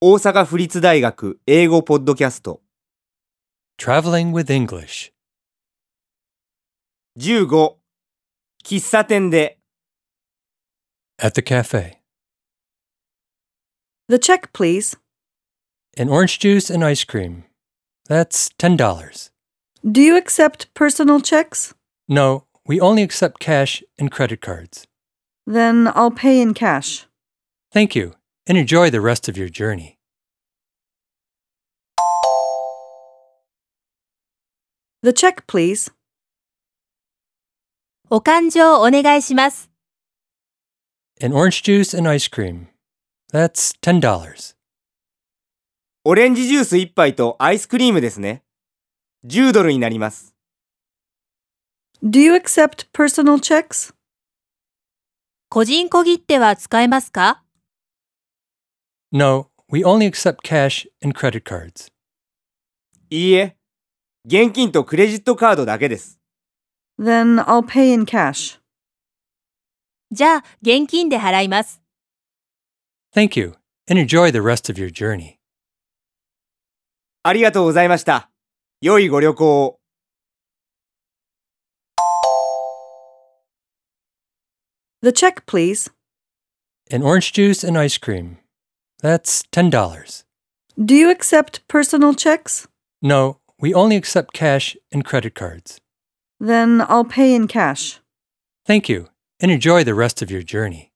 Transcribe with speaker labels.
Speaker 1: 大阪府立大学英語ポッドキャスト
Speaker 2: Traveling with English.
Speaker 1: 15喫茶店で
Speaker 2: At the cafe.
Speaker 3: The check, please.
Speaker 2: An orange juice and ice cream. That's $10.
Speaker 3: Do you accept personal checks?
Speaker 2: No, we only accept cash and credit cards.
Speaker 3: Then I'll pay in cash.
Speaker 2: Thank you, and enjoy the rest of your journey.
Speaker 3: The check, please.
Speaker 4: お勘定お願いします。
Speaker 2: An orange juice and ice cream. That's $10.
Speaker 1: オレンジジュース1杯とアイスクリームですね10ドルになります
Speaker 3: Do you accept personal checks?
Speaker 4: 個人小切手は使えますか
Speaker 2: No, we only accept cash and credit cards.
Speaker 1: いいえ現金とクレジットカードだけです
Speaker 3: Then I'll pay in cash.
Speaker 4: じゃあ、現金で払います。
Speaker 2: Thank you, and enjoy the rest of your journey.
Speaker 1: ありがとうございました良いご旅行を
Speaker 3: The check, please.
Speaker 2: An orange juice and ice cream. That's $10.
Speaker 3: Do you accept personal checks?
Speaker 2: No, we only accept cash and credit cards.
Speaker 3: Then I'll pay in cash.
Speaker 2: Thank you, and enjoy the rest of your journey.